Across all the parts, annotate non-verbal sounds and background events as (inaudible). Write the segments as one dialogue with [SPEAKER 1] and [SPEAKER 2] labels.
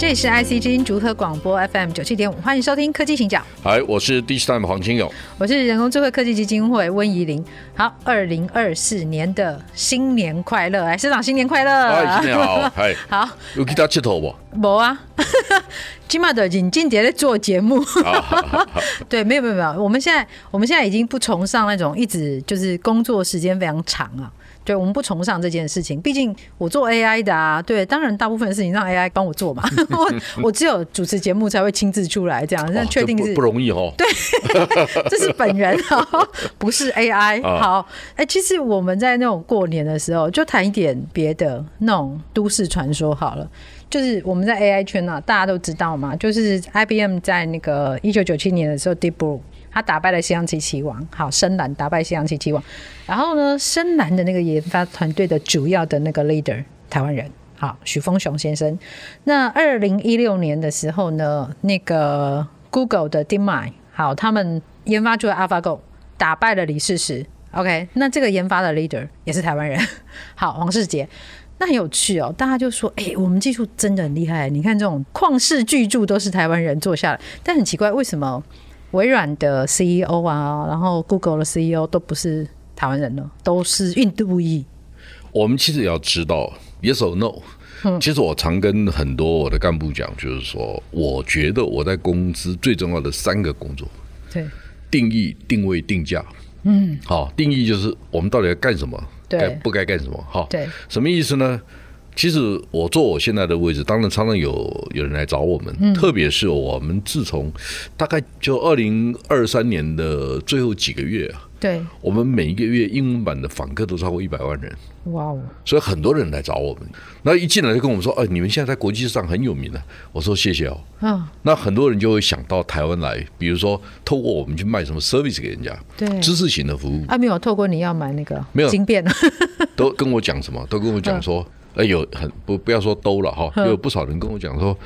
[SPEAKER 1] 这里是 IC 之音竹科广播 FM 九七点五，欢迎收听科技行脚，
[SPEAKER 2] 嗨，我是 Digitime 黄清勇。
[SPEAKER 1] 我是人工智慧科技基金会温怡玲。好，二零二四年的新年快乐！哎，市长新年快乐！
[SPEAKER 2] 嗨，哎新年好！嗨，
[SPEAKER 1] (laughs) 好，
[SPEAKER 2] 有给他切头不？
[SPEAKER 1] 没啊， (laughs) 今麦的尹静杰在做节目。 (laughs)
[SPEAKER 2] 啊哈哈哈
[SPEAKER 1] 对，没有没有没有，我们现在我们现在已经不崇尚那种一直就是工作时间非常长啊。对，我们不崇尚这件事情，毕竟我做 AI 的啊，对，当然大部分的事情让 AI 帮我做嘛， (laughs) 我我只有主持节目才会亲自出来这样，那
[SPEAKER 2] 哦
[SPEAKER 1] 确定
[SPEAKER 2] 这
[SPEAKER 1] 是
[SPEAKER 2] 不不容易哦。对，
[SPEAKER 1] (laughs) 这是本人哦，不是 AI。
[SPEAKER 2] 啊
[SPEAKER 1] 好，哎、其实我们在那种过年的时候，就谈一点别的那种都市传说好了。就是我们在 AI 圈啊，大家都知道嘛，就是 IBM 在那个一九九七年的时候，Deep Blue 他打败了西洋棋棋王，好，深蓝打败西洋棋棋王。然后呢，深蓝的那个研发团队的主要的那个 leader 台湾人，好，许峰雄先生。那二零一六年的时候呢，那个 Google 的 DeepMind，好，他们研发出了 AlphaGo，打败了李世石。OK，那这个研发的 leader 也是台湾人， (laughs) 好，黄世杰。那很有趣哦，大家就说：“哎、我们技术真的很厉害。你看这种旷世巨著都是台湾人做下来，但很奇怪，为什么微软的 CEO 啊，然后 Google 的 CEO 都不是台湾人呢？都是印度裔。
[SPEAKER 2] 我们其实也要知道 yes or no。其实我常跟很多我的干部讲，就是说，我觉得我在公司最重要的三个工作：
[SPEAKER 1] 对
[SPEAKER 2] 定义、定位、定价。嗯，好，定义就是我们到底要干什么，
[SPEAKER 1] 对
[SPEAKER 2] 该不该干什么？哈，
[SPEAKER 1] 对，
[SPEAKER 2] 什么意思呢？其实我坐我现在的位置，当然常常有有人来找我们，
[SPEAKER 1] 嗯
[SPEAKER 2] 特别是我们自从大概就二零二三年的最后几个月啊，
[SPEAKER 1] 对，
[SPEAKER 2] 我们每一个月英文版的访客都超过一百万人，
[SPEAKER 1] 哇哦，
[SPEAKER 2] 所以很多人来找我们。那一进来就跟我们说：“哎，你们现在在国际上很有名啊。”我说：“谢谢哦。
[SPEAKER 1] 嗯，”
[SPEAKER 2] 那很多人就会想到台湾来，比如说透过我们去卖什么 service 给人家，
[SPEAKER 1] 对
[SPEAKER 2] 知识型的服务，
[SPEAKER 1] 啊，没有透过你要买那个
[SPEAKER 2] 没有
[SPEAKER 1] 晶 (laughs) 片，
[SPEAKER 2] 都跟我讲什么？都跟我讲说，哎，有很不不要说都了哈，有不少人跟我讲说，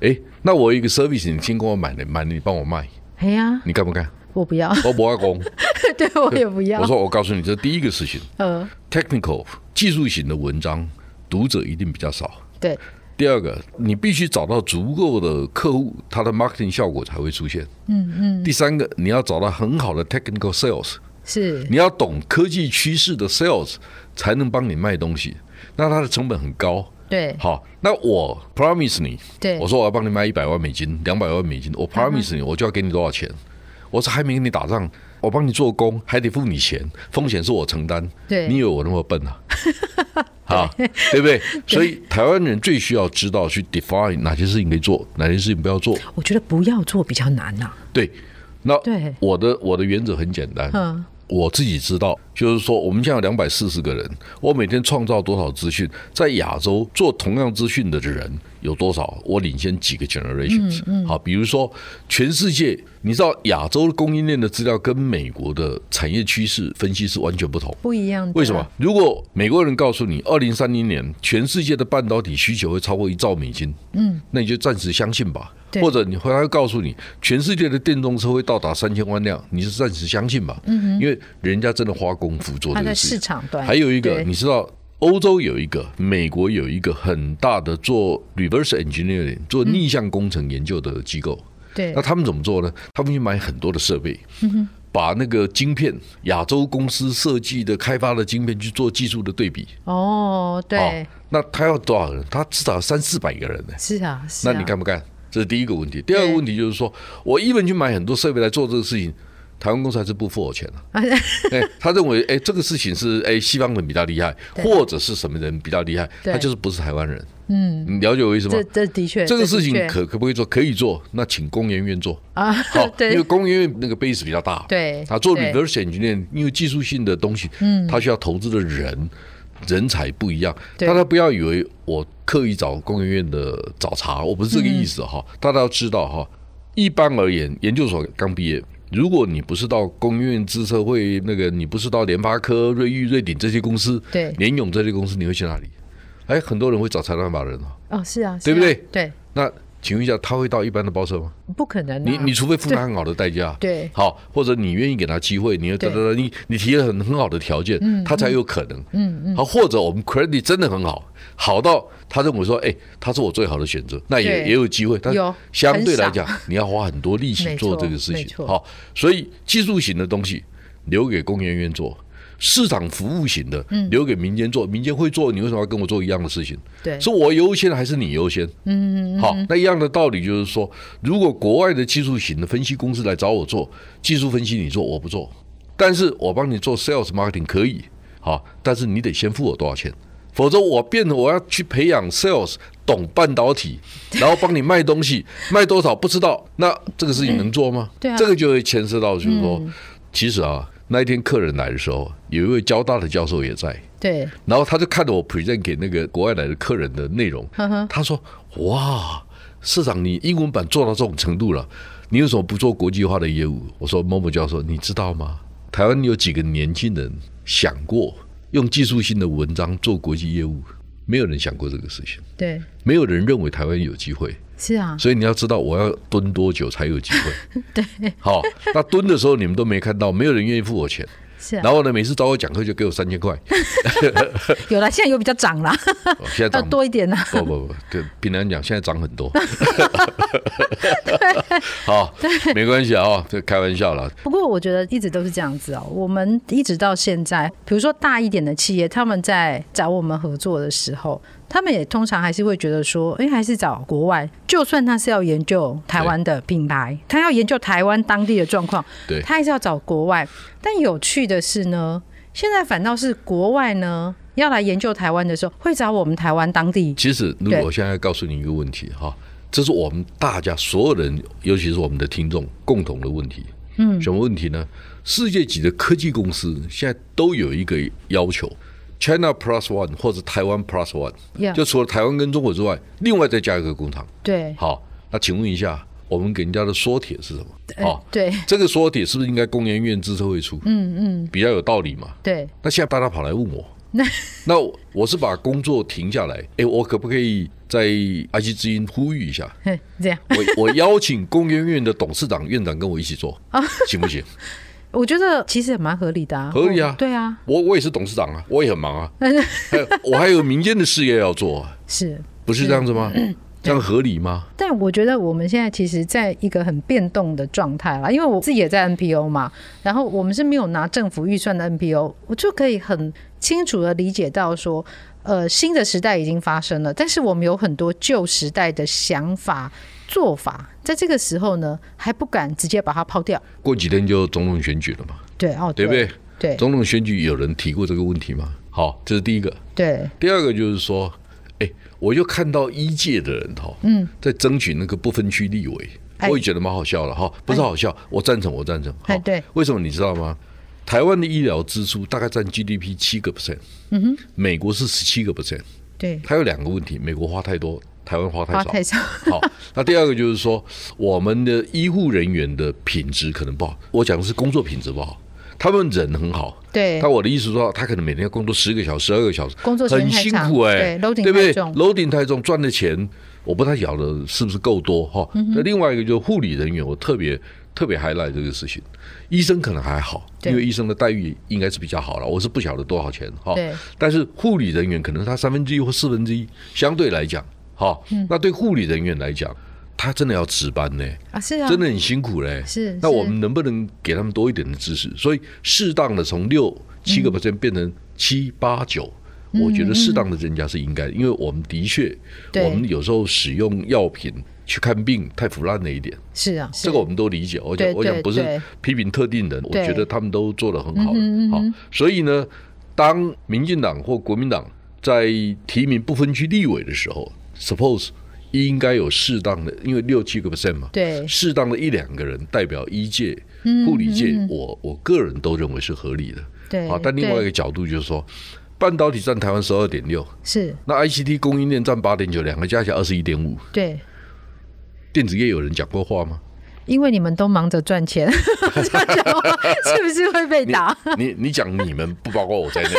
[SPEAKER 2] 哎，那我有一个 service，你先跟我买的，买了你帮我卖，
[SPEAKER 1] 哎呀，
[SPEAKER 2] 你干不干？
[SPEAKER 1] 我不要，
[SPEAKER 2] 我不要工，
[SPEAKER 1] (laughs) 对我也不要
[SPEAKER 2] 我。说我告诉你，这第一个事情
[SPEAKER 1] 呃，
[SPEAKER 2] ，technical 技术型的文章，读者一定比较少。
[SPEAKER 1] 对，
[SPEAKER 2] 第二个，你必须找到足够的客户，他的 marketing 效果才会出现。嗯嗯。第三个，你要找到很好的 technical sales，
[SPEAKER 1] 是
[SPEAKER 2] 你要懂科技趋势的 sales 才能帮你卖东西，那它的成本很高。
[SPEAKER 1] 对
[SPEAKER 2] 好，那我 promise 你，
[SPEAKER 1] 对
[SPEAKER 2] 我说我要帮你卖一百万美金、两百万美金，我 promise 你，我就要给你多少钱？我说还没跟你打仗，我帮你做工，还得付你钱，风险是我承担。
[SPEAKER 1] 对
[SPEAKER 2] 你以为我那么笨啊？啊，对不对？所以台湾人最需要知道去 define 哪些事情可以做，哪些事情不要做。
[SPEAKER 1] 我觉得不要做比较难啊呐、
[SPEAKER 2] 对，那
[SPEAKER 1] 对
[SPEAKER 2] 我的我的原则很简单，
[SPEAKER 1] 嗯，
[SPEAKER 2] 我自己知道，就是说我们现在有两百四十个人，我每天创造多少资讯，在亚洲做同样资讯的人有多少，我领先几个 generations。好，
[SPEAKER 1] 嗯
[SPEAKER 2] 比如说全世界，你知道亚洲的供应链的资料跟美国的产业趋势分析是完全不同。
[SPEAKER 1] 不一样的。
[SPEAKER 2] 为什么？？如果美国人告诉你，二零三零年全世界的半导体需求会超过一兆美金，嗯，那你就暂时相信吧。
[SPEAKER 1] 对
[SPEAKER 2] 或者你回来告诉你，全世界的电动车会到达三千万辆，你就暂时相信吧。嗯因为人家真的花功夫做
[SPEAKER 1] 它
[SPEAKER 2] 这
[SPEAKER 1] 在
[SPEAKER 2] 个事
[SPEAKER 1] 市
[SPEAKER 2] 情。
[SPEAKER 1] 场端，
[SPEAKER 2] 还有一个，
[SPEAKER 1] 对
[SPEAKER 2] 你知道欧洲有一个，美国有一个很大的做 reverse engineering 做
[SPEAKER 1] 嗯
[SPEAKER 2] 逆向工程研究的机构。
[SPEAKER 1] 对
[SPEAKER 2] 那他们怎么做呢？他们去买很多的设备，把那个晶片亚洲公司设计的开发的晶片去做技术的对比。
[SPEAKER 1] 哦，对
[SPEAKER 2] 哦，那他要多少人？他至少三四百个人呢、
[SPEAKER 1] 是啊，是啊。
[SPEAKER 2] 那你
[SPEAKER 1] (laughs)
[SPEAKER 2] 干不干？这是第一个问题。第二个
[SPEAKER 1] 对
[SPEAKER 2] 问题就是说，我一文去买很多设备来做这个事情，台湾公司还是不付我钱
[SPEAKER 1] (laughs)
[SPEAKER 2] 啊。哎，他认为哎这个事情是哎西方人比较厉害，或者是什么人比较厉害，
[SPEAKER 1] 对
[SPEAKER 2] 他就是不是台湾人。嗯，你了解我意思吗
[SPEAKER 1] 这？这的确
[SPEAKER 2] 这个事情
[SPEAKER 1] 的确
[SPEAKER 2] 可可不可以做？可以做，那请工研院做。
[SPEAKER 1] 啊，，
[SPEAKER 2] 好因
[SPEAKER 1] (laughs) 对
[SPEAKER 2] 为工业院那个 base 比较大，
[SPEAKER 1] 对
[SPEAKER 2] 啊，做
[SPEAKER 1] 对
[SPEAKER 2] reverse engineering，因为技术性的东西，嗯，它需要投资的人。人才不一样，
[SPEAKER 1] 对
[SPEAKER 2] 大家不要以为我刻意找工研院的
[SPEAKER 1] 嗯
[SPEAKER 2] 找茬，我不是这个意思哈。大家要知道哈，一般而言，研究所刚毕业，如果你不是到工院、资策会那个，你不是到联发科、瑞昱、瑞鼎这些公司，
[SPEAKER 1] 对
[SPEAKER 2] 联咏这些公司，你会去哪里？哎，很多人会找财团法人哦。
[SPEAKER 1] 哦，是啊，
[SPEAKER 2] 对不
[SPEAKER 1] 是啊
[SPEAKER 2] 对
[SPEAKER 1] 对，
[SPEAKER 2] 那请问一下，他会到一般的报社吗？
[SPEAKER 1] 不可能、啊。
[SPEAKER 2] 你你除非付他很好的代价，
[SPEAKER 1] 对对
[SPEAKER 2] 好，或者你愿意给他机会，你要
[SPEAKER 1] 对嗯
[SPEAKER 2] 得得你你提了很很好的条件，他才有可能，嗯嗯，好，或者我们 credit 真的很好，好到他认为说，哎，他是我最好的选择，那也
[SPEAKER 1] 对
[SPEAKER 2] 也有机会，但
[SPEAKER 1] 有
[SPEAKER 2] 相对来
[SPEAKER 1] 很少
[SPEAKER 2] 讲，你要花很多力气
[SPEAKER 1] 没
[SPEAKER 2] 做
[SPEAKER 1] 错
[SPEAKER 2] 这个事
[SPEAKER 1] 没
[SPEAKER 2] 情，
[SPEAKER 1] 错
[SPEAKER 2] 好，所以技术型的东西留给工研院做。市场服务型的
[SPEAKER 1] 嗯
[SPEAKER 2] 留给民间做，民间会做，你为什么要跟我做一样的事情？
[SPEAKER 1] 对
[SPEAKER 2] 是我优先还是你优先？
[SPEAKER 1] 嗯
[SPEAKER 2] 好，那一样的道理就是说，如果国外的技术型的分析公司来找我做技术分析，你做我不做，但是我帮你做 sales marketing 可以，好，但是你得先付我多少钱，否则我变得我要去培养 sales 懂半导体，然后帮你卖东
[SPEAKER 1] (laughs)
[SPEAKER 2] 西，卖多少不知道，那这个事情能做吗？
[SPEAKER 1] 对啊嗯
[SPEAKER 2] 这个就会牵涉到就是说，其实啊，那一天客人来的时候，有一位交大的教授也在，
[SPEAKER 1] 对，
[SPEAKER 2] 然后他就看着我 present 给那个国外来的客人的内容，他说：“哇，市长，你英文版做到这种程度了，你为什么不做国际化的业务？”我说：“某某教授，你知道吗？台湾有几个年轻人想过用技术性的文章做国际业务，没有人想过这个事情，
[SPEAKER 1] 对，
[SPEAKER 2] 没有人认为台湾有机会。
[SPEAKER 1] 是啊，
[SPEAKER 2] 所以你要知道，我要蹲多久才有机会？对，好，那蹲的时候你们都没看到，没有人愿意付我钱。
[SPEAKER 1] 是啊
[SPEAKER 2] 然。后呢，每次找我讲课就给我三千块，
[SPEAKER 1] 有啦，现在有比较涨啦，
[SPEAKER 2] 哦现
[SPEAKER 1] (laughs)
[SPEAKER 2] 在
[SPEAKER 1] 要
[SPEAKER 2] 涨
[SPEAKER 1] 多一点啊啦。
[SPEAKER 2] 不不不，对，平常讲现在涨很多。 (laughs) 好，没关系啊、哦，这开玩笑啦。
[SPEAKER 1] 不过我觉得一直都是这样子哦。我们一直到现在，比如说大一点的企业，他们在找我们合作的时候，他们也通常还是会觉得说，哎，还是找国外。就算他是要研究台湾的品牌，他要研究台湾当地的状况，
[SPEAKER 2] 对
[SPEAKER 1] 他还是要找国外。但有趣的是呢，现在反倒是国外呢要来研究台湾的时候，会找我们台湾当地。
[SPEAKER 2] 其实，如
[SPEAKER 1] 对
[SPEAKER 2] 果我现在告诉你一个问题哈，这是我们大家所有人，尤其是我们的听众共同的问题。嗯，什么问题呢？世界级的科技公司现在都有一个要求，China Plus One 或者台湾 Plus One，、
[SPEAKER 1] Yeah
[SPEAKER 2] 就除了台湾跟中国之外，另外再加一个工厂。
[SPEAKER 1] 对，
[SPEAKER 2] 好，那请问一下，我们给人家的缩帖是什么？哦好、
[SPEAKER 1] 呃对
[SPEAKER 2] 这个说帖是不是应该工研院资社会出？嗯嗯，比较有道理嘛。
[SPEAKER 1] 对， (laughs)
[SPEAKER 2] 那现在大家跑来 (laughs) 问我，那我我是把工作停下来，哎，我可不可以在爱惜之音呼吁一下？
[SPEAKER 1] 哼这样。
[SPEAKER 2] 我 (laughs) 我邀请工研院的董事长、院长跟我一起做，行不行？
[SPEAKER 1] 我觉得其实也蛮合理的啊，
[SPEAKER 2] 合理啊
[SPEAKER 1] 我对啊，
[SPEAKER 2] 我我也是董事长啊，我也很忙 (laughs) 啊，还有我还有民间的事业要做啊，
[SPEAKER 1] 是。
[SPEAKER 2] 不是这样子吗？这样合理吗？
[SPEAKER 1] 但我觉得我们现在其实在一个很变动的状态啦，因为我自己也在 NPO 嘛，然后我们是没有拿政府预算的 NPO，我就可以很清楚的理解到说，呃，新的时代已经发生了，但是我们有很多旧时代的想法、做法，在这个时候呢，还不敢直接把它抛掉。
[SPEAKER 2] 过几天就总统选举了嘛，
[SPEAKER 1] 对，哦，
[SPEAKER 2] 对不对？
[SPEAKER 1] 对
[SPEAKER 2] 总统选举有人提过这个问题吗？好，这是第一个。
[SPEAKER 1] 对
[SPEAKER 2] 第二个就是说，哎，我就看到一届的人哈，嗯，在争取那个不分区立委，
[SPEAKER 1] 哎
[SPEAKER 2] 我也觉得蛮好笑的哈，不是好笑，我赞成，我赞成。
[SPEAKER 1] 哎
[SPEAKER 2] 好
[SPEAKER 1] 对，
[SPEAKER 2] 为什么你知道吗？台湾的医疗支出大概占 GDP 七个 percent，嗯哼，美国是十七个 percent，
[SPEAKER 1] 对，
[SPEAKER 2] 它有两个问题，美国花太多，台湾花太
[SPEAKER 1] 花
[SPEAKER 2] 少。
[SPEAKER 1] 太少，
[SPEAKER 2] 好，那第二个就是说，我们的医护人员的品质可能不好。我讲的是工作品质不好，他们人很好。
[SPEAKER 1] 对
[SPEAKER 2] 但我的意思说，他可能每天要工作十个小时、十二个小时，
[SPEAKER 1] 工作时间
[SPEAKER 2] 很
[SPEAKER 1] 太
[SPEAKER 2] 辛
[SPEAKER 1] 长
[SPEAKER 2] 苦哎、
[SPEAKER 1] 对，loading
[SPEAKER 2] 对不对
[SPEAKER 1] 太重
[SPEAKER 2] ？loading 太重，赚的钱我不太晓得是不是够多哈。
[SPEAKER 1] 嗯
[SPEAKER 2] 那另外一个就是护理人员，我特别特别 highlight 这个事情。医生可能还好，
[SPEAKER 1] 对
[SPEAKER 2] 因为医生的待遇应该是比较好了，我是不晓得多少钱哈。
[SPEAKER 1] 对
[SPEAKER 2] 但是护理人员可能他三分之一或四分之一，相对来讲，哈、
[SPEAKER 1] 嗯
[SPEAKER 2] 那对护理人员来讲，他真的要值班呢、
[SPEAKER 1] 啊，是啊，
[SPEAKER 2] 真的很辛苦嘞、
[SPEAKER 1] 是
[SPEAKER 2] 那
[SPEAKER 1] 是
[SPEAKER 2] 我们能不能给他们多一点的支持？所以适当的从六七
[SPEAKER 1] 嗯
[SPEAKER 2] 个 percent 变成七八九。我觉得适当的增加是应该的，因为我们的确，
[SPEAKER 1] 嗯对
[SPEAKER 2] 我们有时候使用药品去看病太腐烂了一点，
[SPEAKER 1] 是啊，是
[SPEAKER 2] 这个我们都理解。我讲
[SPEAKER 1] 对
[SPEAKER 2] 我讲
[SPEAKER 1] 对
[SPEAKER 2] 不是
[SPEAKER 1] 对
[SPEAKER 2] 批评特定人，我
[SPEAKER 1] 对嗯
[SPEAKER 2] 觉得他们都做得很好了。好，所以呢，当民进党或国民党在提名不分区立委的时候，suppose 应该有适当的，因为六七个 percent 嘛，
[SPEAKER 1] 对
[SPEAKER 2] 适当的一两个人代表医界、护理界，我我个人都认为是合理的。
[SPEAKER 1] 对
[SPEAKER 2] 好，但另外一个
[SPEAKER 1] 对
[SPEAKER 2] 角度就是说，半导体占台湾十二点六，
[SPEAKER 1] 是，
[SPEAKER 2] 那 ICT 供应链占八点九，两个加起来二十一点五。
[SPEAKER 1] 对。
[SPEAKER 2] 电子业有人讲过话吗？
[SPEAKER 1] 因为你们都忙着赚钱， (laughs) 这样讲
[SPEAKER 2] (laughs)
[SPEAKER 1] 话是不是会被
[SPEAKER 2] 你
[SPEAKER 1] 打？
[SPEAKER 2] 你你讲你们不包括我在内，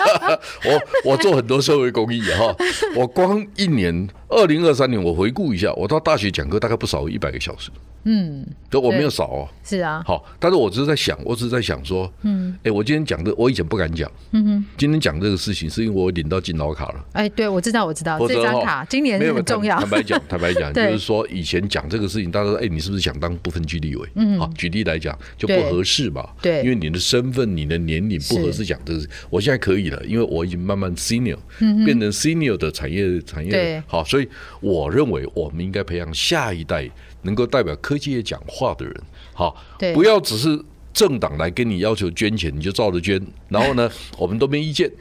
[SPEAKER 2] (laughs) 我我做很多社会公益啊哈，我光一年，二零二三年我回顾一下，我到大学讲课大概不少于一百个小时，嗯，对，我没有少哦。
[SPEAKER 1] 是啊，
[SPEAKER 2] 好，但是我只是在想，我只是在想说，嗯，哎，我今天讲的，我以前不敢讲，嗯哼，今天讲这个事情是因为我领到敬老卡了。
[SPEAKER 1] 哎，对，我知道，我知道
[SPEAKER 2] 否
[SPEAKER 1] 这
[SPEAKER 2] 则
[SPEAKER 1] 张
[SPEAKER 2] 哈
[SPEAKER 1] 卡今年
[SPEAKER 2] 哦没有
[SPEAKER 1] 很重
[SPEAKER 2] 坦
[SPEAKER 1] 要。
[SPEAKER 2] 坦
[SPEAKER 1] (laughs)
[SPEAKER 2] 白讲，坦白讲，就
[SPEAKER 1] 对
[SPEAKER 2] 是说以前讲这个事情，大家说，哎，你是不是想当不分区立委？嗯，好，举例来讲就不
[SPEAKER 1] 对
[SPEAKER 2] 合适嘛。
[SPEAKER 1] 对
[SPEAKER 2] 因为你的身份、你的年龄不合适讲这个事。我现在可以了，因为我已经慢慢 senior，变成 senior 的产业产
[SPEAKER 1] 嗯对
[SPEAKER 2] 业。好，所以我认为我们应该培养下一代能够代表科技业讲话的人。好
[SPEAKER 1] 对，
[SPEAKER 2] 不要只是。政党来跟你要求捐钱，你就照着捐，然后呢，我们都没意见，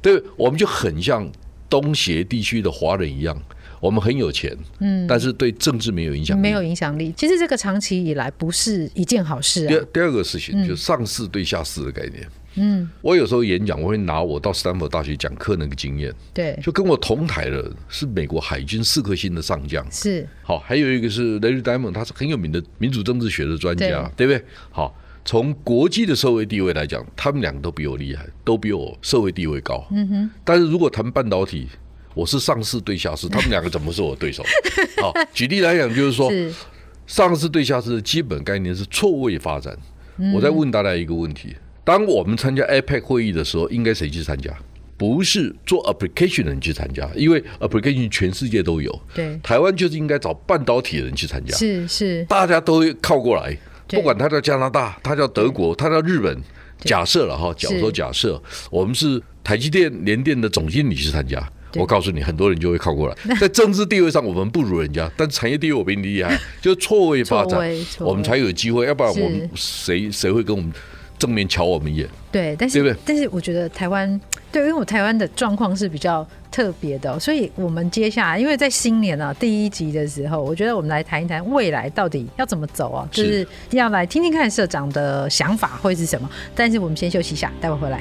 [SPEAKER 2] 对，我们就很像东协地区的华人一样，我们很有钱，嗯，但是对政治没有影响力。
[SPEAKER 1] 没有影响力。其实这个长期以来不是一件好事
[SPEAKER 2] 第
[SPEAKER 1] 啊
[SPEAKER 2] 二。第二个事情就是上士对下士的概念。嗯，我有时候演讲，我会拿我到斯坦福大学讲课那个经验，
[SPEAKER 1] 对，
[SPEAKER 2] 就跟我同台的是美国海军四颗星的上将，
[SPEAKER 1] 是
[SPEAKER 2] 好，还有一个是 Larry Diamond，他是很有名的民主政治学的专家，对不对？好，从国际的社会地位来讲，他们两个都比我厉害，都比我社会地位高。嗯哼。但是如果谈半导体，我是上市对下市，他们两个怎么是我对手？好，举例来讲，就是说
[SPEAKER 1] 是，
[SPEAKER 2] 上市对下市的基本概念是错位发展。我再问大家一个问题：当我们参加 APEC 会议的时候，应该谁去参加？不是做 application 的人去参加，因为 application 全世界都有。
[SPEAKER 1] 对
[SPEAKER 2] 台湾就是应该找半导体人去参加，
[SPEAKER 1] 是是，
[SPEAKER 2] 大家都会靠过来，
[SPEAKER 1] 对
[SPEAKER 2] 不管他叫加拿大，他叫德国，他叫日本。假设了哈，假
[SPEAKER 1] 是
[SPEAKER 2] 说假设我们是台积电、联电的总经理去参加，
[SPEAKER 1] 对
[SPEAKER 2] 我告诉你，很多人就会
[SPEAKER 1] (laughs)
[SPEAKER 2] 靠过来。在政治地位上，我们不如人家，但产业地位我比你
[SPEAKER 1] (laughs)
[SPEAKER 2] 厉害，就是错位发
[SPEAKER 1] 错
[SPEAKER 2] 展
[SPEAKER 1] 位，错位
[SPEAKER 2] 我们才有机会，要不然我们
[SPEAKER 1] 是
[SPEAKER 2] 谁谁会跟我们正面瞧我们一眼？
[SPEAKER 1] 对，但是
[SPEAKER 2] 对不对
[SPEAKER 1] 但是我觉得台湾对，因为我台湾的状况是比较特别的哦、所以我们接下来，因为在新年啊第一集的时候，我觉得我们来谈一谈未来到底要怎么走啊，就是
[SPEAKER 2] 是
[SPEAKER 1] 要来听听看社长的想法会是什么。但是我们先休息一下，待会回来。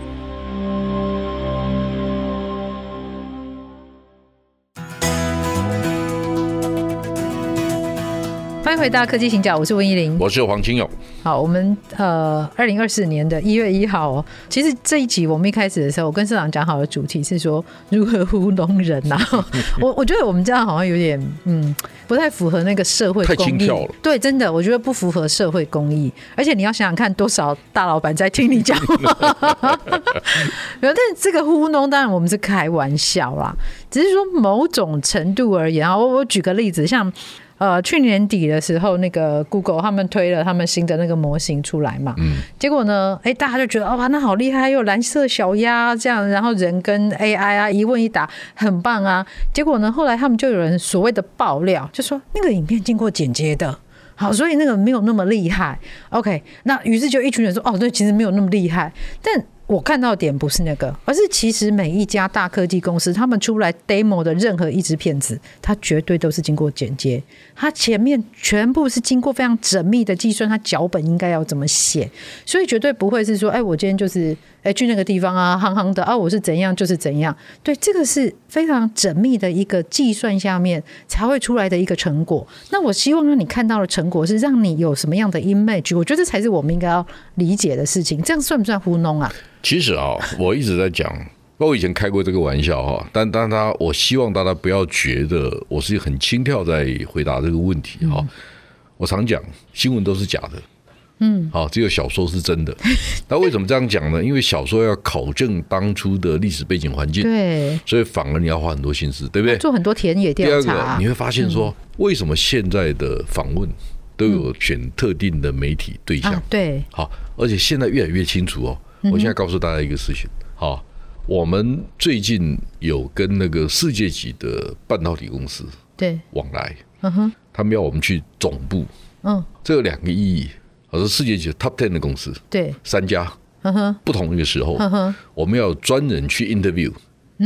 [SPEAKER 1] 欢迎回到科技行脚，我是温依玲，
[SPEAKER 2] 我是黄清勇，
[SPEAKER 1] 好，我们呃，二零二四年的一月一号哦，其实这一集我们一开始的时候，我跟社长讲好的主题是说如何糊弄人呐、 (laughs) 我我觉得我们这样好像有点嗯，不太符合那个社会
[SPEAKER 2] 太
[SPEAKER 1] 公
[SPEAKER 2] 轻
[SPEAKER 1] 益
[SPEAKER 2] 佻了。
[SPEAKER 1] 对，真的，我觉得不符合社会公益。而且你要想想看，多少大老板在听你讲话。 (laughs) 然后，但是这个糊弄，当然我们是开玩笑啦，只是说某种程度而言啊，我我举个例子，像呃去年底的时候，那个 Google 他们推了他们新的那个模型出来嘛，结果呢，哎，大家就觉得哦哇，那好厉害，有蓝色小鸭这样，然后人跟 AI 啊一问一答，很棒啊。结果呢，后来他们就有人所谓的爆料，就说那个影片经过剪接的。好，所以那个没有那么厉害。OK，那于是就一群人说，哦，对，其实没有那么厉害。但我看到的点不是那个，而是其实每一家大科技公司，他们出来 demo 的任何一支片子，它绝对都是经过剪接，它前面全部是经过非常缜密的计算，它脚本应该要怎么写，所以绝对不会是说，哎，我今天就是哎去那个地方啊，夯夯的啊，我是怎样就是怎样。对，这个是非常缜密的一个计算下面才会出来的一个成果。那我希望让你看到的成果是让你有什么样的 image，我觉得这才是我们应该要理解的事情。这样算不算糊弄啊？
[SPEAKER 2] 其实啊，我一直在讲， (laughs) 包括我以前开过这个玩笑哈，但但他，我希望大家不要觉得我是很轻佻在回答这个问题
[SPEAKER 1] 嗯
[SPEAKER 2] 哈。我常讲，新闻都是假的，嗯，好，只有小说是
[SPEAKER 1] (laughs)
[SPEAKER 2] 真的。那为什么这样讲呢？因为小说要考证当初的历史背景环境，
[SPEAKER 1] 对，
[SPEAKER 2] 所以反而你要花很多心思，对不对？
[SPEAKER 1] 做很多田野
[SPEAKER 2] 第
[SPEAKER 1] 调
[SPEAKER 2] 二
[SPEAKER 1] 查、嗯
[SPEAKER 2] 个，你会发现说，为什么现在的访问都有选特定的媒体对象
[SPEAKER 1] 啊？，对，
[SPEAKER 2] 好，而且现在越来越清楚哦。
[SPEAKER 1] 嗯
[SPEAKER 2] 我现在告诉大家一个事情，好，我们最近有跟那个世界级的半导体公司
[SPEAKER 1] 对，
[SPEAKER 2] 往来，
[SPEAKER 1] 嗯哼，
[SPEAKER 2] 他们要我们去总部，
[SPEAKER 1] 嗯，
[SPEAKER 2] 这有两个意义。我说世界级的 top ten 的公司，
[SPEAKER 1] 对，
[SPEAKER 2] 三家
[SPEAKER 1] 嗯哼，
[SPEAKER 2] 不同一个时候，
[SPEAKER 1] 嗯哼，嗯
[SPEAKER 2] 我们要有专人去 interview，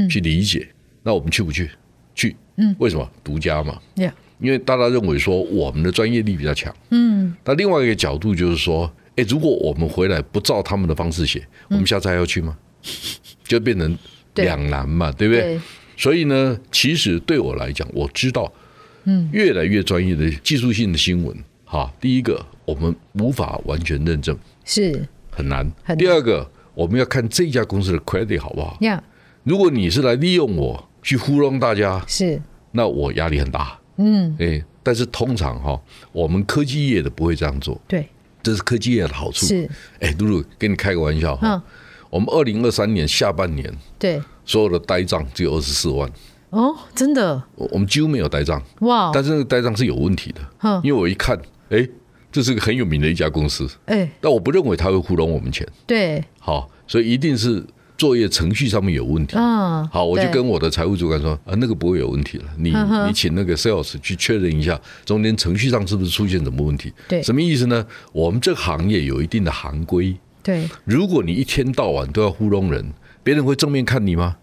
[SPEAKER 2] 去理解。那我们去不去？去，嗯，为什么？独家嘛，
[SPEAKER 1] yeah,
[SPEAKER 2] 因为大家认为说我们的专业力比较强，嗯，那另外一个角度就是说，诶，如果我们回来不照他们的方式写，我们下次还要去吗？ (laughs) 就变成
[SPEAKER 1] 嗯对
[SPEAKER 2] 两难嘛，对不对？
[SPEAKER 1] 对，
[SPEAKER 2] 所以呢，其实对我来讲，我知道，嗯，越来越专业的技术性的新闻，哈，第一个我们无法完全认证，
[SPEAKER 1] 是
[SPEAKER 2] 很难。
[SPEAKER 1] 很难
[SPEAKER 2] 第二个，我们要看这家公司的 credit 好不好。
[SPEAKER 1] 呀
[SPEAKER 2] 如果你是来利用我去糊弄大家，
[SPEAKER 1] 是
[SPEAKER 2] 那我压力很大。嗯，哎，但是通常哈、我们科技业的不会这样做，
[SPEAKER 1] 对
[SPEAKER 2] 这是科技业的好处。
[SPEAKER 1] 是
[SPEAKER 2] 哎，露露，跟你开个玩笑哈、
[SPEAKER 1] 嗯
[SPEAKER 2] 我们二零二三年下半年
[SPEAKER 1] 对
[SPEAKER 2] 所有的呆账只有二十四万，
[SPEAKER 1] 哦，真的
[SPEAKER 2] 我我们几乎没有呆账，
[SPEAKER 1] 哇
[SPEAKER 2] 但是那个呆账是有问题的，
[SPEAKER 1] 哼
[SPEAKER 2] 因为我一看，哎，这是个很有名的一家公司，
[SPEAKER 1] 哎、
[SPEAKER 2] 但我不认为他会糊弄我们钱，
[SPEAKER 1] 对
[SPEAKER 2] 好，所以一定是作业程序上面有问题。
[SPEAKER 1] 嗯
[SPEAKER 2] 好，我就
[SPEAKER 1] 对
[SPEAKER 2] 跟我的财务主管说，啊，那个不会有问题了，你
[SPEAKER 1] 嗯哼
[SPEAKER 2] 你请那个 sales 去确认一下，中间程序上是不是出现什么问题？
[SPEAKER 1] 对
[SPEAKER 2] 什么意思呢？我们这个行业有一定的行规，
[SPEAKER 1] 对
[SPEAKER 2] 如果你一天到晚都要糊弄人，别人会正面看
[SPEAKER 1] (laughs)
[SPEAKER 2] 你吗？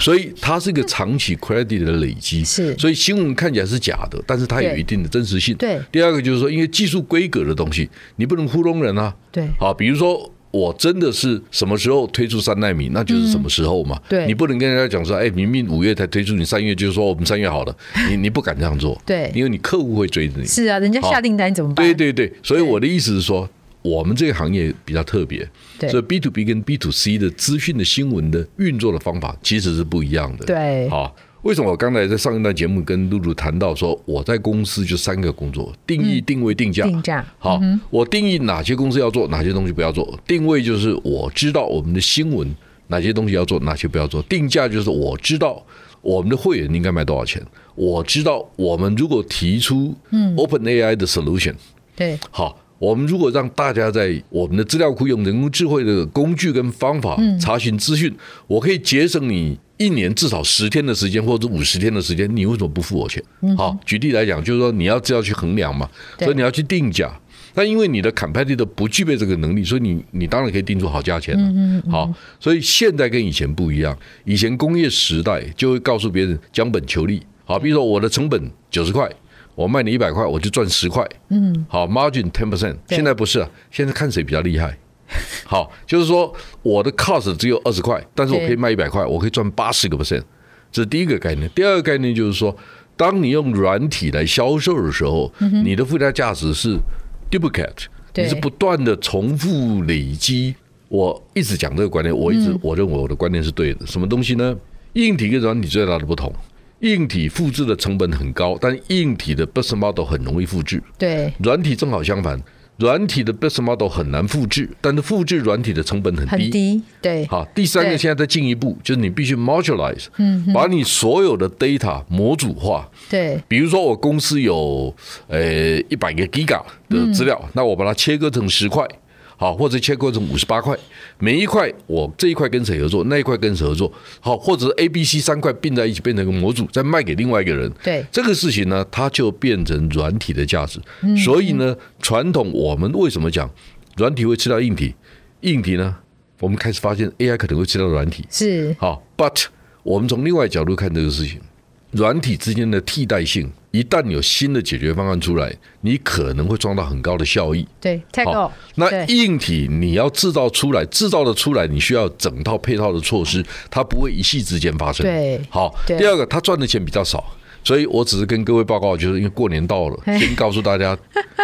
[SPEAKER 2] 所以它是一个长期 credit 的累积，
[SPEAKER 1] 是
[SPEAKER 2] 所以新闻看起来是假的，但是它有
[SPEAKER 1] 对
[SPEAKER 2] 一定的真实性。
[SPEAKER 1] 对
[SPEAKER 2] 第二个就是说，因为技术规格的东西，你不能糊弄人啊。
[SPEAKER 1] 对
[SPEAKER 2] 好，比如说我真的是什么时候推出三纳米，那就是什么时候嘛。
[SPEAKER 1] 嗯对
[SPEAKER 2] 你不能跟人家讲说，哎，明明五月才推出，你三月就是说我们三月
[SPEAKER 1] (laughs)
[SPEAKER 2] 好了，你你不敢这样做，
[SPEAKER 1] 对
[SPEAKER 2] 因为你客户会追着你。
[SPEAKER 1] 是啊，人家
[SPEAKER 2] 好
[SPEAKER 1] 下订单怎么办？
[SPEAKER 2] 对对对，所以
[SPEAKER 1] 对
[SPEAKER 2] 我的意思是说，我们这个行业比较特别，
[SPEAKER 1] 对
[SPEAKER 2] 所以 B to B 跟 B to C 的资讯的新闻的运作的方法其实是不一样的。，
[SPEAKER 1] 对
[SPEAKER 2] 好，为什么我刚才在上一段节目跟露露谈到说，我在公司就三个工作：定义、定位、定价。
[SPEAKER 1] 嗯定价
[SPEAKER 2] 好，我定义哪些公司要做，哪些东西不要做；定位就是我知道我们的新闻哪些东西要做，哪些不要做；定价就是我知道我们的会员应该卖多少钱，我知道我们如果提出 Open AI 的 solution，、
[SPEAKER 1] 对
[SPEAKER 2] 好，我们如果让大家在我们的资料库用人工智慧的工具跟方法查询资讯，我可以节省你一年至少十天的时间，或者五十天的时间，你为什么不付我钱？好，举例来讲，就是说你要知道去衡量嘛，
[SPEAKER 1] 对
[SPEAKER 2] 所以你要去定价。但因为你的 competitor 不具备这个能力，所以你你当然可以定出好价钱了。好，所以现在跟以前不一样，以前工业时代就会告诉别人将本求利。好，比如说我的成本九十块，我卖你一百块，我就赚十块。嗯，好，margin ten percent。
[SPEAKER 1] 对
[SPEAKER 2] 现在不是啊，现在看谁比较
[SPEAKER 1] (laughs)
[SPEAKER 2] 厉害。好，就是说我的 cost 只有二十块，但是我
[SPEAKER 1] 对
[SPEAKER 2] 可以卖一百块，我可以赚八十个 percent。这是第一个概念。第二个概念就是说，当你用软体来销售的时候，你的附加价值是 duplicate，
[SPEAKER 1] 嗯对
[SPEAKER 2] 你是不断的重复累积。我一直讲这个观念，我一
[SPEAKER 1] 嗯
[SPEAKER 2] 直我认为我的观念是对的。什么东西呢？硬体跟软体最大的不同，硬体复制的成本很高，但硬体的 business model 很容易复制。
[SPEAKER 1] 对
[SPEAKER 2] 软体正好相反，软体的 business model 很难复制，但是复制软体的成本很
[SPEAKER 1] 很低对
[SPEAKER 2] 好，第三
[SPEAKER 1] 对
[SPEAKER 2] 个现在再进一步，就是你必须 modularize，嗯，把你所有的 data 模组化。
[SPEAKER 1] 对
[SPEAKER 2] 比如说我公司有呃一百个 Giga 的资
[SPEAKER 1] 嗯
[SPEAKER 2] 料，那我把它切割成十块，好，或者切割成五十八块，每一块我这一块跟谁合作，那一块跟谁合作，好，或者是 A、B、C 三块并在一起变成一个模组，再卖给另外一个人。
[SPEAKER 1] 对
[SPEAKER 2] 这个事情呢，它就变成软体的价值。所以呢，传统我们为什么讲软体会吃掉硬体？硬体呢，我们开始发现 AI 可能会吃掉软体。
[SPEAKER 1] 是
[SPEAKER 2] 好，but 我们从另外角度看这个事情，软体之间的替代性，一旦有新的解决方案出来，你可能会创造很高的效益。
[SPEAKER 1] 对 t a g o
[SPEAKER 2] 那
[SPEAKER 1] 对
[SPEAKER 2] 硬体你要制造出来，制造的出来，你需要整套配套的措施，它不会一夕之间发生。
[SPEAKER 1] 对
[SPEAKER 2] 好，
[SPEAKER 1] 对
[SPEAKER 2] 第二个，他赚的钱比较少。所以我只是跟各位报告，就是因为过年到了，
[SPEAKER 1] 嘿
[SPEAKER 2] 先告诉大家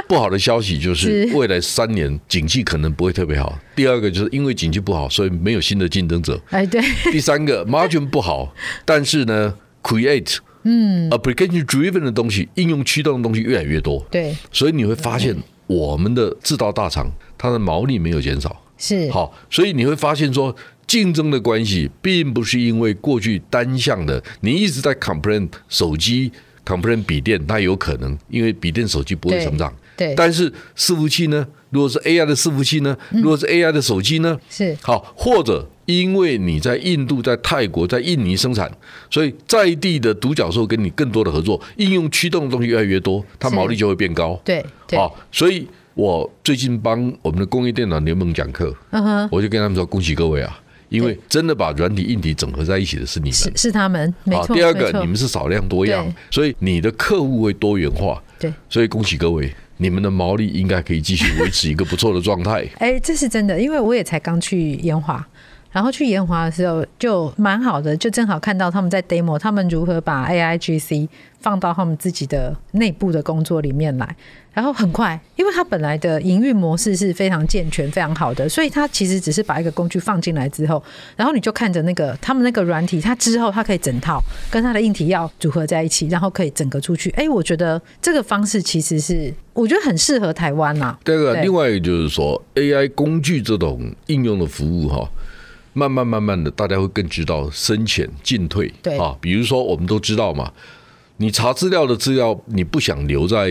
[SPEAKER 2] 不好的消息就是
[SPEAKER 1] (laughs) 是
[SPEAKER 2] 未来三年景气可能不会特别好。第二个就是因为景气不好，所以没有新的竞争者。
[SPEAKER 1] 哎对
[SPEAKER 2] 第三个 margin 不好，但是呢，create 嗯 application driven 的东西，应用驱动的东西越来越多，
[SPEAKER 1] 对
[SPEAKER 2] 所以你会发现我们的制造大厂它的毛利没有减少。
[SPEAKER 1] 是
[SPEAKER 2] 好，所以你会发现说，竞争的关系并不是因为过去单向的，你一直在 complain 手机。complain 笔电，它有可能，因为笔电、手机不会
[SPEAKER 1] 对
[SPEAKER 2] 成长。
[SPEAKER 1] 对
[SPEAKER 2] 但是伺服器呢？如果是 AI 的伺服器呢？
[SPEAKER 1] 嗯
[SPEAKER 2] 如果是 AI 的手机呢？
[SPEAKER 1] 是
[SPEAKER 2] 好，或者因为你在印度、在泰国、在印尼生产，所以在地的独角兽跟你更多的合作，应用驱动的东西越来越多，它
[SPEAKER 1] 是
[SPEAKER 2] 毛利就会变高。
[SPEAKER 1] 对对
[SPEAKER 2] 好，所以我最近帮我们的工业电脑联盟讲课，
[SPEAKER 1] 嗯哼
[SPEAKER 2] 我就跟他们说恭喜各位啊，因为真的把软体、硬体整合在一起的是你
[SPEAKER 1] 是
[SPEAKER 2] 们。
[SPEAKER 1] 是他们没
[SPEAKER 2] 好，
[SPEAKER 1] 错
[SPEAKER 2] 第二
[SPEAKER 1] 没
[SPEAKER 2] 个
[SPEAKER 1] 错
[SPEAKER 2] 你们是少量多样
[SPEAKER 1] 对，
[SPEAKER 2] 所以你的客户会多元化，
[SPEAKER 1] 对
[SPEAKER 2] 所以恭喜各位，你们的毛利应该可以继续维持一个不错的状态。
[SPEAKER 1] 哎，这是真的，因为我也才刚去延华，然后去研华的时候就蛮好的，就正好看到他们在 demo，他们如何把 AIGC 放到他们自己的内部的工作里面来。然后很快，因为它本来的营运模式是非常健全、非常好的，所以它其实只是把一个工具放进来之后，然后你就看着那个他们那个软体，它之后它可以整套跟它的硬体要组合在一起，然后可以整个出去。哎，我觉得这个方式其实是我觉得很适合台湾啦、
[SPEAKER 2] 第二个，
[SPEAKER 1] 对
[SPEAKER 2] 啊另外就是说，AI 工具这种应用的服务哈，慢慢慢慢的，大家会更知道深浅进退。
[SPEAKER 1] 对
[SPEAKER 2] 啊，比如说我们都知道嘛，你查资料的资料，你不想留在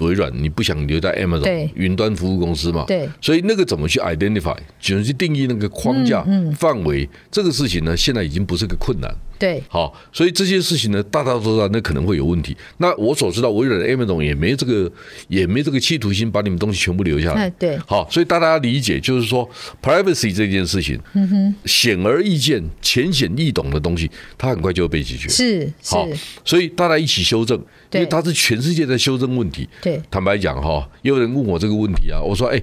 [SPEAKER 2] 微软，你不想留在
[SPEAKER 1] 对
[SPEAKER 2] Amazon 云端服务公司嘛？
[SPEAKER 1] 对
[SPEAKER 2] 所以那个怎么去 identify，只能去定义那个框架、
[SPEAKER 1] 嗯
[SPEAKER 2] 范围，这个事情呢，现在已经不是个困难。
[SPEAKER 1] 对
[SPEAKER 2] 好，所以这些事情呢，大家都知道那可能会有问题。那我所知道，微软的 Amazon 也没这个也没这个企图心把你们东西全部留下来。
[SPEAKER 1] 哎对
[SPEAKER 2] 好，所以大家理解就是说，privacy 这件事情，嗯哼，显而易见、浅显易懂的东西，它很快就会被解决。
[SPEAKER 1] 是是，
[SPEAKER 2] 好，所以大家一起修正，因
[SPEAKER 1] 对
[SPEAKER 2] 为它是全世界在修正问题。
[SPEAKER 1] 对
[SPEAKER 2] 坦白讲哈，也有人问我这个问题啊，我说哎。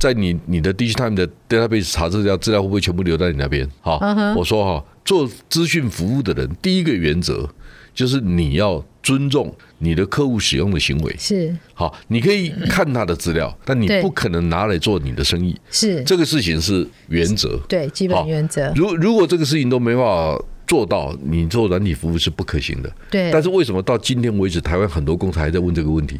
[SPEAKER 2] 在你你的 Digitime 的 database 查资料，资料会不会全部留在你那边？哈、我说哈，做资讯服务的人，第一个原则就是你要尊重你的客户使用的行为。
[SPEAKER 1] 是
[SPEAKER 2] 好，你可以看他的资料，但你
[SPEAKER 1] 对
[SPEAKER 2] 不可能拿来做你的生意。
[SPEAKER 1] 是，
[SPEAKER 2] 这个事情是原则。
[SPEAKER 1] 对基本
[SPEAKER 2] 好
[SPEAKER 1] 原则，
[SPEAKER 2] 如如果这个事情都没办法做到，你做软体服务是不可行的。
[SPEAKER 1] 对
[SPEAKER 2] 但是为什么到今天为止，台湾很多公司还在问这个问
[SPEAKER 1] (laughs)
[SPEAKER 2] 题？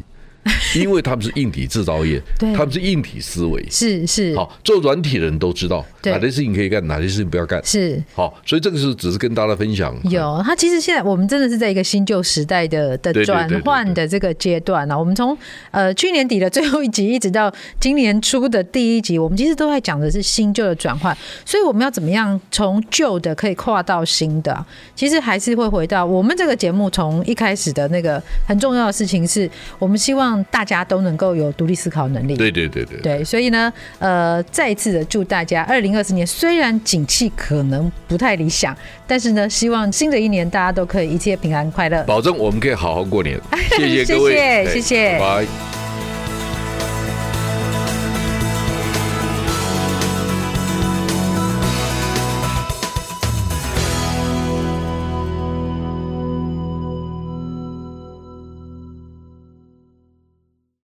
[SPEAKER 2] 因为他们是硬体制造业
[SPEAKER 1] 对，
[SPEAKER 2] 他们是硬体思维。
[SPEAKER 1] 是是
[SPEAKER 2] 好，做软体的人都知道
[SPEAKER 1] 对
[SPEAKER 2] 哪些事情可以干，哪些事情不要干。
[SPEAKER 1] 是。
[SPEAKER 2] 好，所以这个是只是跟大家分享。
[SPEAKER 1] 有，它其实现在我们真的是在一个新旧时代的的
[SPEAKER 2] 对对对
[SPEAKER 1] 转
[SPEAKER 2] 对对
[SPEAKER 1] 换的这个阶段啊。我们从呃去年底的最后一集，一直到今年初的第一集，我们其实都在讲的是新旧的转换。所以我们要怎么样从旧的可以跨到新的啊、其实还是会回到我们这个节目从一开始的那个很重要的事情是，我们希望大家都能够有独立思考能力。
[SPEAKER 2] 对对对对。
[SPEAKER 1] 对，所以呢，呃，再一次的祝大家，二零二四年虽然景气可能不太理想，但是呢，希望新的一年大家都可以一切平安快乐。 (laughs)
[SPEAKER 2] 保证我们可以好好过年，谢
[SPEAKER 1] 谢
[SPEAKER 2] 各位，
[SPEAKER 1] 谢
[SPEAKER 2] 对
[SPEAKER 1] 谢谢
[SPEAKER 2] 拜拜。